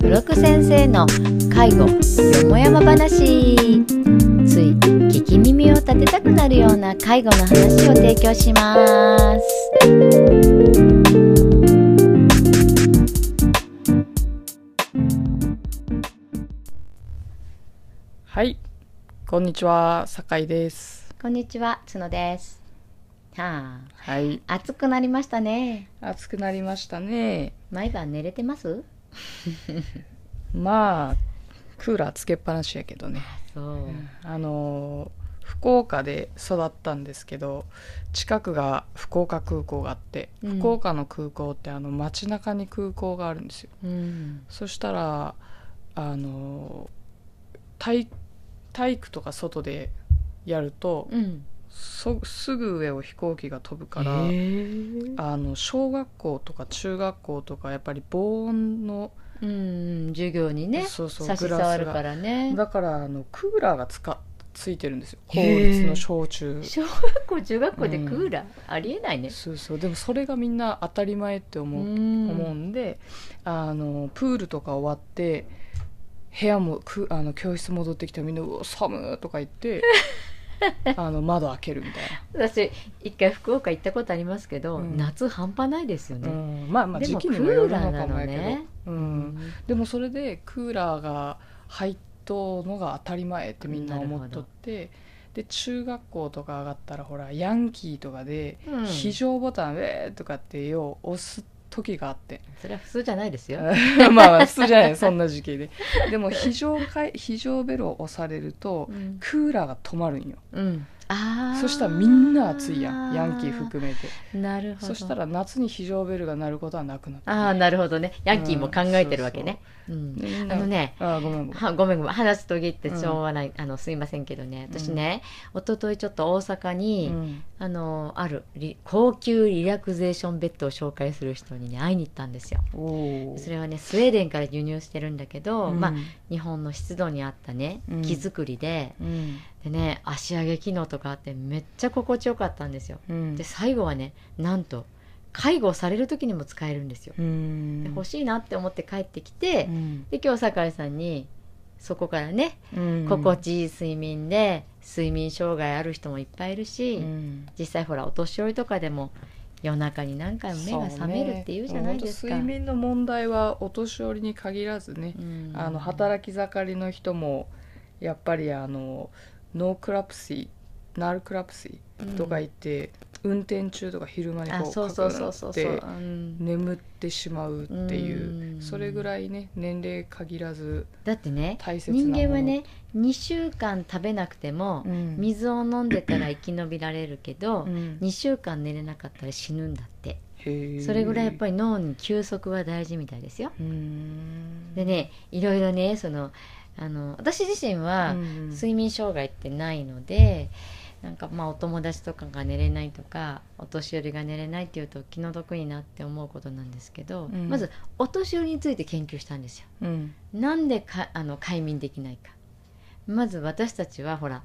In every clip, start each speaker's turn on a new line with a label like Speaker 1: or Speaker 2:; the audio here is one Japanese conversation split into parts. Speaker 1: ブロク先生の介護よもやま話つい聞き耳を立てたくなるような介護の話を提供します
Speaker 2: はい、こんにちは、酒井です。
Speaker 1: こんにちは角ですは
Speaker 2: はい、
Speaker 1: あ暑くなりましたね
Speaker 2: 暑くなりましたね。
Speaker 1: 毎晩寝れてます
Speaker 2: まあ、クーラーつけっぱなしやけどね。
Speaker 1: そう
Speaker 2: あのー福岡で育ったんですけど、近くが福岡空港があって、
Speaker 1: うん
Speaker 2: 福岡の空港ってあの街中に空港があるんですよ。
Speaker 1: うん
Speaker 2: そしたらあのー体体育とか外でやると、
Speaker 1: うん
Speaker 2: そすぐ上を飛行機が飛ぶから。
Speaker 1: へー
Speaker 2: あの小学校とか中学校とかやっぱり防音の、
Speaker 1: うん授業にね
Speaker 2: そうそう
Speaker 1: 差し
Speaker 2: グ
Speaker 1: 障
Speaker 2: ラ
Speaker 1: る
Speaker 2: ス
Speaker 1: か
Speaker 2: が
Speaker 1: らね
Speaker 2: だからあのクーラーがつかついてるんですよ公
Speaker 1: へー
Speaker 2: 立の小中
Speaker 1: 小学校中学校でクーラー、ありえないね
Speaker 2: そうそうでもそれがみんな当たり前って
Speaker 1: う
Speaker 2: 思う,、思うんんであのプールとか終わって部屋もくあの教室戻ってきたらみんな「うわ寒ー」とか言って あの窓開けるみたい
Speaker 1: 私一回福岡行ったことありますけど、
Speaker 2: うん
Speaker 1: 夏半端ないですよ
Speaker 2: な、う
Speaker 1: ね、
Speaker 2: ん、まあまあ
Speaker 1: で
Speaker 2: 時
Speaker 1: もク
Speaker 2: 期にもよ
Speaker 1: ー
Speaker 2: る
Speaker 1: ラー
Speaker 2: の
Speaker 1: な
Speaker 2: かも
Speaker 1: の
Speaker 2: やけど、
Speaker 1: ね、
Speaker 2: うん、でもそれでクーラーが入っとうのが当たり前ってみんな思っとってで中学校とか上がったらほらヤンキーとかで
Speaker 1: うん
Speaker 2: 非常ボタン「ウェー!」とかってよう押す時があって、
Speaker 1: それは普通じゃないですよ、
Speaker 2: まあまあ普通じゃないそんな時期ででも非常かい非常ベルを押されると
Speaker 1: うん
Speaker 2: クーラーが止まるんよ
Speaker 1: あー
Speaker 2: そしたらみんな暑いやんヤンキー含めて
Speaker 1: なるほど
Speaker 2: そしたら夏に非常ベルが鳴ることはなくなった
Speaker 1: ああなるほどねヤンキーも考えてるわけね、うん
Speaker 2: そうそうみんな
Speaker 1: あのね
Speaker 2: あーごめんごめん
Speaker 1: はごめんごめん話途切ってしょうがない、あのすいませんけどね私ね、一昨日ちょっと大阪に、
Speaker 2: うん
Speaker 1: あのあるリ高級リラクゼーションベッドを紹介する人にね会いに行ったんですよ
Speaker 2: おー
Speaker 1: それはねスウェーデンから輸入してるんだけど、
Speaker 2: うん
Speaker 1: まあ日本の湿度に合ったね
Speaker 2: うん
Speaker 1: 木作りで、
Speaker 2: うん
Speaker 1: でね足上げ機能とかあってめっちゃ心地よかったんですよ
Speaker 2: うん
Speaker 1: で最後はねなんと介護される時にも使えるんですよ、
Speaker 2: うん
Speaker 1: で欲しいなって思って帰ってきて、
Speaker 2: うん
Speaker 1: で今日酒井さんにそこからね、
Speaker 2: うん
Speaker 1: 心地いい睡眠で睡眠障害ある人もいっぱいいるし、
Speaker 2: うん
Speaker 1: 実際ほらお年寄りとかでも夜中に何回も目が覚めるっていうじゃないです
Speaker 2: そうね
Speaker 1: か。
Speaker 2: 本当睡眠の問題はお年寄りに限らずね、
Speaker 1: うん
Speaker 2: あの働き盛りの人もやっぱりあのノークラプシーナルクラプシーとか言って、運転中とか昼間に
Speaker 1: あ
Speaker 2: こう
Speaker 1: そうそうそうそうそう、
Speaker 2: カクンって
Speaker 1: うん
Speaker 2: 眠ってしまうっていう、
Speaker 1: うん
Speaker 2: それぐらいね年齢限らず
Speaker 1: だってね
Speaker 2: 大切なも
Speaker 1: 人
Speaker 2: の
Speaker 1: 間はね2週間食べなくても、
Speaker 2: うん
Speaker 1: 水を飲んでたら生き延びられるけど、
Speaker 2: うん
Speaker 1: 2週間寝れなかったら死ぬんだって
Speaker 2: へえ
Speaker 1: それぐらいやっぱり脳に休息は大事みたいですよ。
Speaker 2: うん
Speaker 1: でねいろいろねそのあの私自身は
Speaker 2: うん
Speaker 1: 睡眠障害ってないので、なんかまあお友達とかが寝れないとかお年寄りが寝れないっていうと気の毒になって思うことなんですけど、
Speaker 2: うん
Speaker 1: まずお年寄りについて研究したんですよ。
Speaker 2: うん
Speaker 1: なんでかあの快眠できないかまず私たちはほら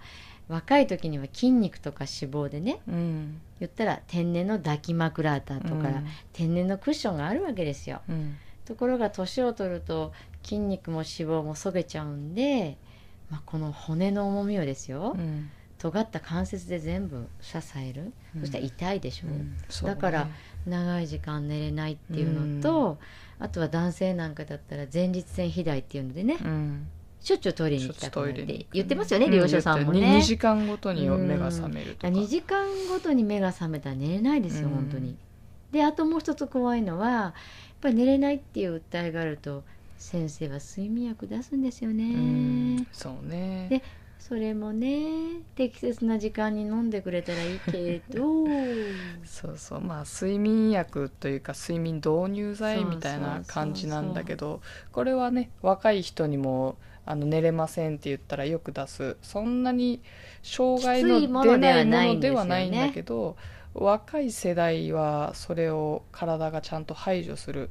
Speaker 1: 若い時には筋肉とか脂肪でね
Speaker 2: うん
Speaker 1: 言ったら天然の抱き枕だとか、天然のクッションがあるわけですよ
Speaker 2: うん
Speaker 1: ところが年を取ると筋肉も脂肪もそげちゃうんで、まあ、この骨の重みをですよ、
Speaker 2: うん
Speaker 1: 尖った関節で全部支える、
Speaker 2: うん
Speaker 1: そしたら痛いでしょ、
Speaker 2: うんそうね
Speaker 1: だから長い時間寝れないっていうのと、あとは男性なんかだったら前立腺肥大っていうのでね、
Speaker 2: うん
Speaker 1: しょっちゅうトイレに
Speaker 2: ちょ
Speaker 1: 行
Speaker 2: っ
Speaker 1: き
Speaker 2: と
Speaker 1: たく
Speaker 2: ト
Speaker 1: ないっ
Speaker 2: イレに
Speaker 1: て
Speaker 2: 行く
Speaker 1: 言ってますよね、利用者さんも
Speaker 2: うん言
Speaker 1: ね
Speaker 2: って2時間ごとに目が覚めるとか
Speaker 1: 2時間ごとに目が覚めたら寝れないですよ、
Speaker 2: うん
Speaker 1: 本当にであともう一つ怖いのはやっぱり寝れないっていう訴えがあると先生は睡眠薬出すんですよね、
Speaker 2: うんそうね
Speaker 1: でそれもね適切な時間に飲んでくれたらいいけど
Speaker 2: そうそうまあ睡眠薬というか睡眠導入剤みたい
Speaker 1: そうそうそう
Speaker 2: な
Speaker 1: そう
Speaker 2: 感じなんだけどこれはね若い人にもあの寝れませんって言ったらよく出すそんなに障害の
Speaker 1: きついも
Speaker 2: 出
Speaker 1: ので
Speaker 2: な
Speaker 1: はいないん
Speaker 2: も
Speaker 1: で
Speaker 2: の
Speaker 1: す
Speaker 2: で
Speaker 1: よね
Speaker 2: はないんだけど若い世代はそれを体がちゃんと排除する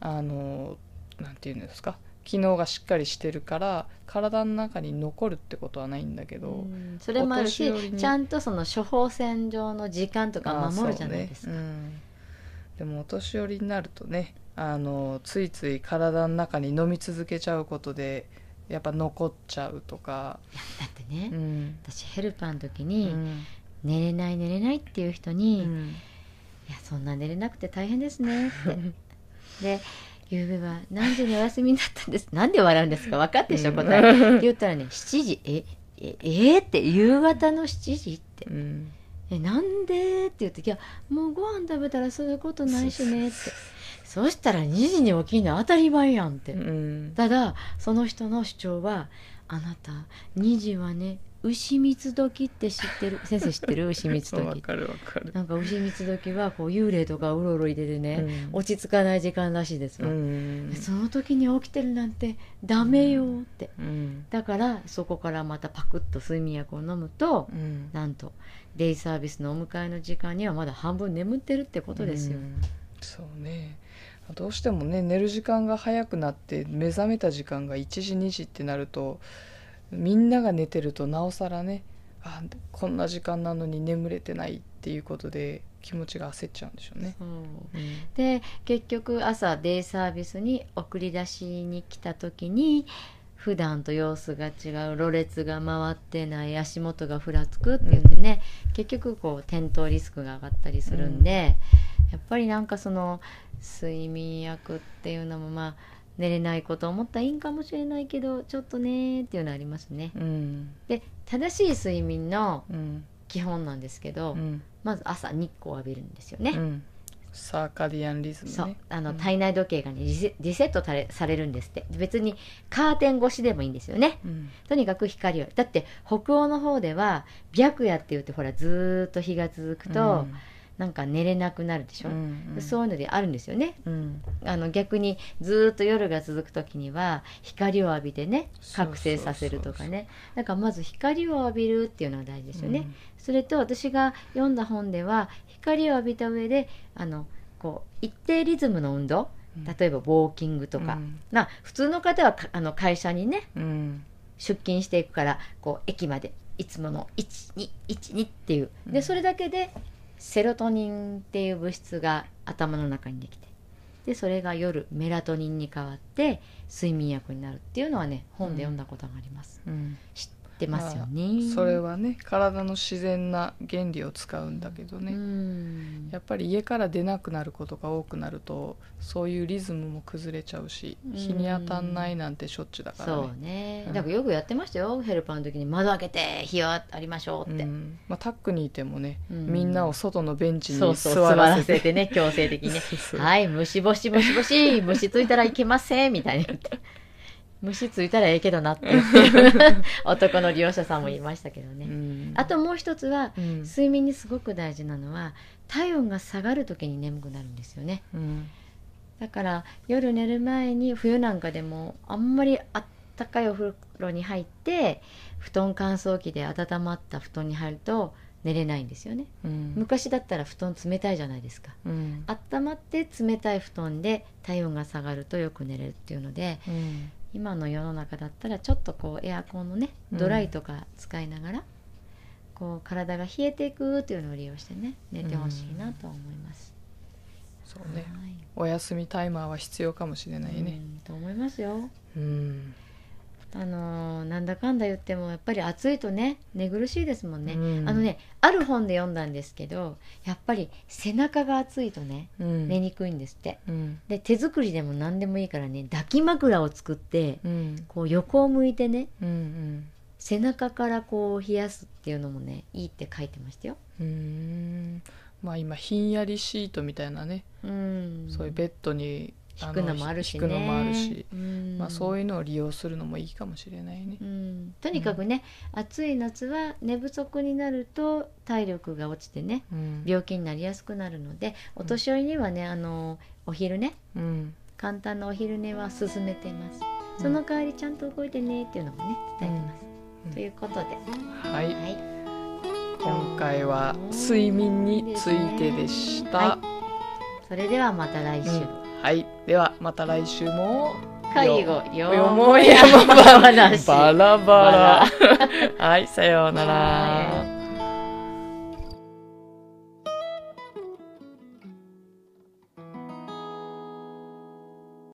Speaker 2: あのなんていうんですか機能がしっかりしてるから体の中に残るってことはないんだけど、
Speaker 1: うんそれもある
Speaker 2: お年寄り
Speaker 1: し
Speaker 2: に
Speaker 1: ちゃんとその処方箋上の時間と
Speaker 2: あ
Speaker 1: か
Speaker 2: ー
Speaker 1: 守るじゃないですか、
Speaker 2: そうねうん、でもお年寄りになるとねあのついつい体の中に飲み続けちゃうことでやっぱ残っちゃうとか、
Speaker 1: だってね、
Speaker 2: うん
Speaker 1: 私ヘルパーの時
Speaker 2: う
Speaker 1: に、
Speaker 2: ん
Speaker 1: 寝れない寝れないっていう人に、
Speaker 2: う
Speaker 1: い
Speaker 2: ん
Speaker 1: やそんな寝れなくて大変ですねって で夕べは何時にお休みになったんですなんで笑うんですか分かってでしょ答え、って言ったらね7時えええーって夕方の7時って
Speaker 2: うん
Speaker 1: 「えなんで?」って言って「いやもうご飯食べたらそういうことないしね」ってそしたら2時に起きるの当たり前やんって、
Speaker 2: うん
Speaker 1: ただその人の主張は「あなた2時はね牛蜜時って知って る先生知ってる牛蜜
Speaker 2: そうわ
Speaker 1: 時
Speaker 2: かるわかる、
Speaker 1: なんか牛蜜時はこう幽霊とかうろうろいててね、
Speaker 2: うん
Speaker 1: 落ち着かない時間らしいです
Speaker 2: う
Speaker 1: わ、
Speaker 2: ん
Speaker 1: その時に起きてるなんてダメよって、
Speaker 2: うん
Speaker 1: だからそこからまたパクッと睡眠薬を飲むと、
Speaker 2: うん
Speaker 1: なんとデイサービスのお迎えの時間にはまだ半分眠ってるってことですよ、
Speaker 2: うんそうねどうしてもね寝る時間が早くなって目覚めた時間が1時2時ってなるとみんなが寝てるとなおさらねあこんな時間なのに眠れてないっていうことで気持ちが焦っちゃうんでしょうね。
Speaker 1: そうで結局朝デイサービスに送り出しに来た時に普段と様子が違うろれつが回ってない足元がふらつくって言ってね、結局こう転倒リスクが上がったりするんで、やっぱりなんかその睡眠薬っていうのもまあ寝れないこと思ったらいいんかもしれないけどちょっとねっていうのありますね。
Speaker 2: うん
Speaker 1: で正しい睡眠の
Speaker 2: うん
Speaker 1: 基本なんですけど、
Speaker 2: うん
Speaker 1: まず朝日光を浴びるんですよね。
Speaker 2: うんサーカディアンリズムね。
Speaker 1: そうあの
Speaker 2: うん
Speaker 1: 体内時計がねリセリセットされされるんですって別にカーテン越しでもいいんですよね
Speaker 2: うん
Speaker 1: とにかく光をだって北欧の方では白夜って言ってほらずーっと日が続くと、なんか寝れなくなるでしょ、
Speaker 2: うんうん
Speaker 1: そういうのであるんですよね
Speaker 2: うん
Speaker 1: あの逆にずーっと夜が続く時には光を浴びてね覚醒させるとかねだからまず光を浴びるっていうのが大事ですよね、それと私が読んだ本では光を浴びた上であのこう一定リズムの運動
Speaker 2: うん
Speaker 1: 例えばウォーキングとか、まあ普通の方はかあの会社にね
Speaker 2: うんうん
Speaker 1: 出勤していくからこう駅までいつもの1212っていう
Speaker 2: う
Speaker 1: で
Speaker 2: ん
Speaker 1: それだけでセロトニンっていう物質が頭の中にできてでそれが夜メラトニンに変わって睡眠薬になるっていうのはね本で読んだことがあります、
Speaker 2: うん
Speaker 1: 知ってますよね、
Speaker 2: それはね体の自然な原理を使うんだけどね、
Speaker 1: うん
Speaker 2: やっぱり家から出なくなることが多くなるとそういうリズムも崩れちゃうし
Speaker 1: うん
Speaker 2: 日に当たんないなんてしょっちゅうだからね
Speaker 1: そうね、
Speaker 2: うん
Speaker 1: だからよくやってましたよヘルパーの時に窓開けて火をありましょうって、
Speaker 2: うんまあ、タックにいてもね、
Speaker 1: うん
Speaker 2: みんなを外のベンチに
Speaker 1: そうそう
Speaker 2: 座
Speaker 1: 座
Speaker 2: ら
Speaker 1: ら
Speaker 2: せ
Speaker 1: せ
Speaker 2: て
Speaker 1: てね 強制的にね
Speaker 2: そうそう
Speaker 1: はい虫干し虫干 し虫ついたらいけませんみたいに言って虫ついたらええけど なっていう男の利用者さんもいましたけどね、
Speaker 2: うん
Speaker 1: あともう一つは
Speaker 2: うん
Speaker 1: 睡眠にすごく大事なのは体温が下がる時に眠くなるんですよね
Speaker 2: うん
Speaker 1: だから夜寝る前に冬なんかでもあんまりあったかいお風呂に入って布団乾燥機で温まった布団に入ると寝れないんですよね
Speaker 2: うん
Speaker 1: 昔だったら布団冷たいじゃないですか
Speaker 2: うん
Speaker 1: 温まって冷たい布団で体温が下がるとよく寝れるっていうので
Speaker 2: うん
Speaker 1: 今の世の中だったらちょっとこうエアコンのね
Speaker 2: うん
Speaker 1: ドライとか使いながら、こう体が冷えていくっていうのを利用してね寝てほしいなとは思います、
Speaker 2: そうね
Speaker 1: はい
Speaker 2: お休みタイマーは必要かもしれないね
Speaker 1: うんと思いますよ
Speaker 2: うん
Speaker 1: あのーなんだかんだ言ってもやっぱり暑いとね寝苦しいですもんね、
Speaker 2: うん
Speaker 1: あのねある本で読んだんですけどやっぱり背中が暑いとね
Speaker 2: うん
Speaker 1: 寝にくいんですって、
Speaker 2: うん
Speaker 1: で手作りでも何でもいいからね抱き枕を作って
Speaker 2: うん
Speaker 1: こう横を向いてね
Speaker 2: うん
Speaker 1: 背中からこう冷やすっていうのもねいいって書いてましたよ
Speaker 2: うんうんまあ今ひんやりシートみたいなね
Speaker 1: うん
Speaker 2: そういうベッドに
Speaker 1: 引くのもあるしね
Speaker 2: 引くのもあるし、
Speaker 1: うん
Speaker 2: まあ、そういうのを利用するのもいいかもしれないね
Speaker 1: う。んとにかくね、暑い夏は寝不足になると体力が落ちてね
Speaker 2: うん
Speaker 1: 病気になりやすくなるのでお年寄りにはねあのお昼ね
Speaker 2: うん
Speaker 1: 簡単なお昼寝は勧めていますその代わりちゃんと動いてねっていうのもね伝えてます、
Speaker 2: うん
Speaker 1: ということで、
Speaker 2: は
Speaker 1: は
Speaker 2: い、
Speaker 1: い
Speaker 2: 今回は睡眠についてでした。
Speaker 1: それではまた来週、
Speaker 2: うんはい、ではまた来週も
Speaker 1: 介護よ
Speaker 2: よもやま
Speaker 1: 話
Speaker 2: 話 バラバラ はいさようなら。
Speaker 1: はい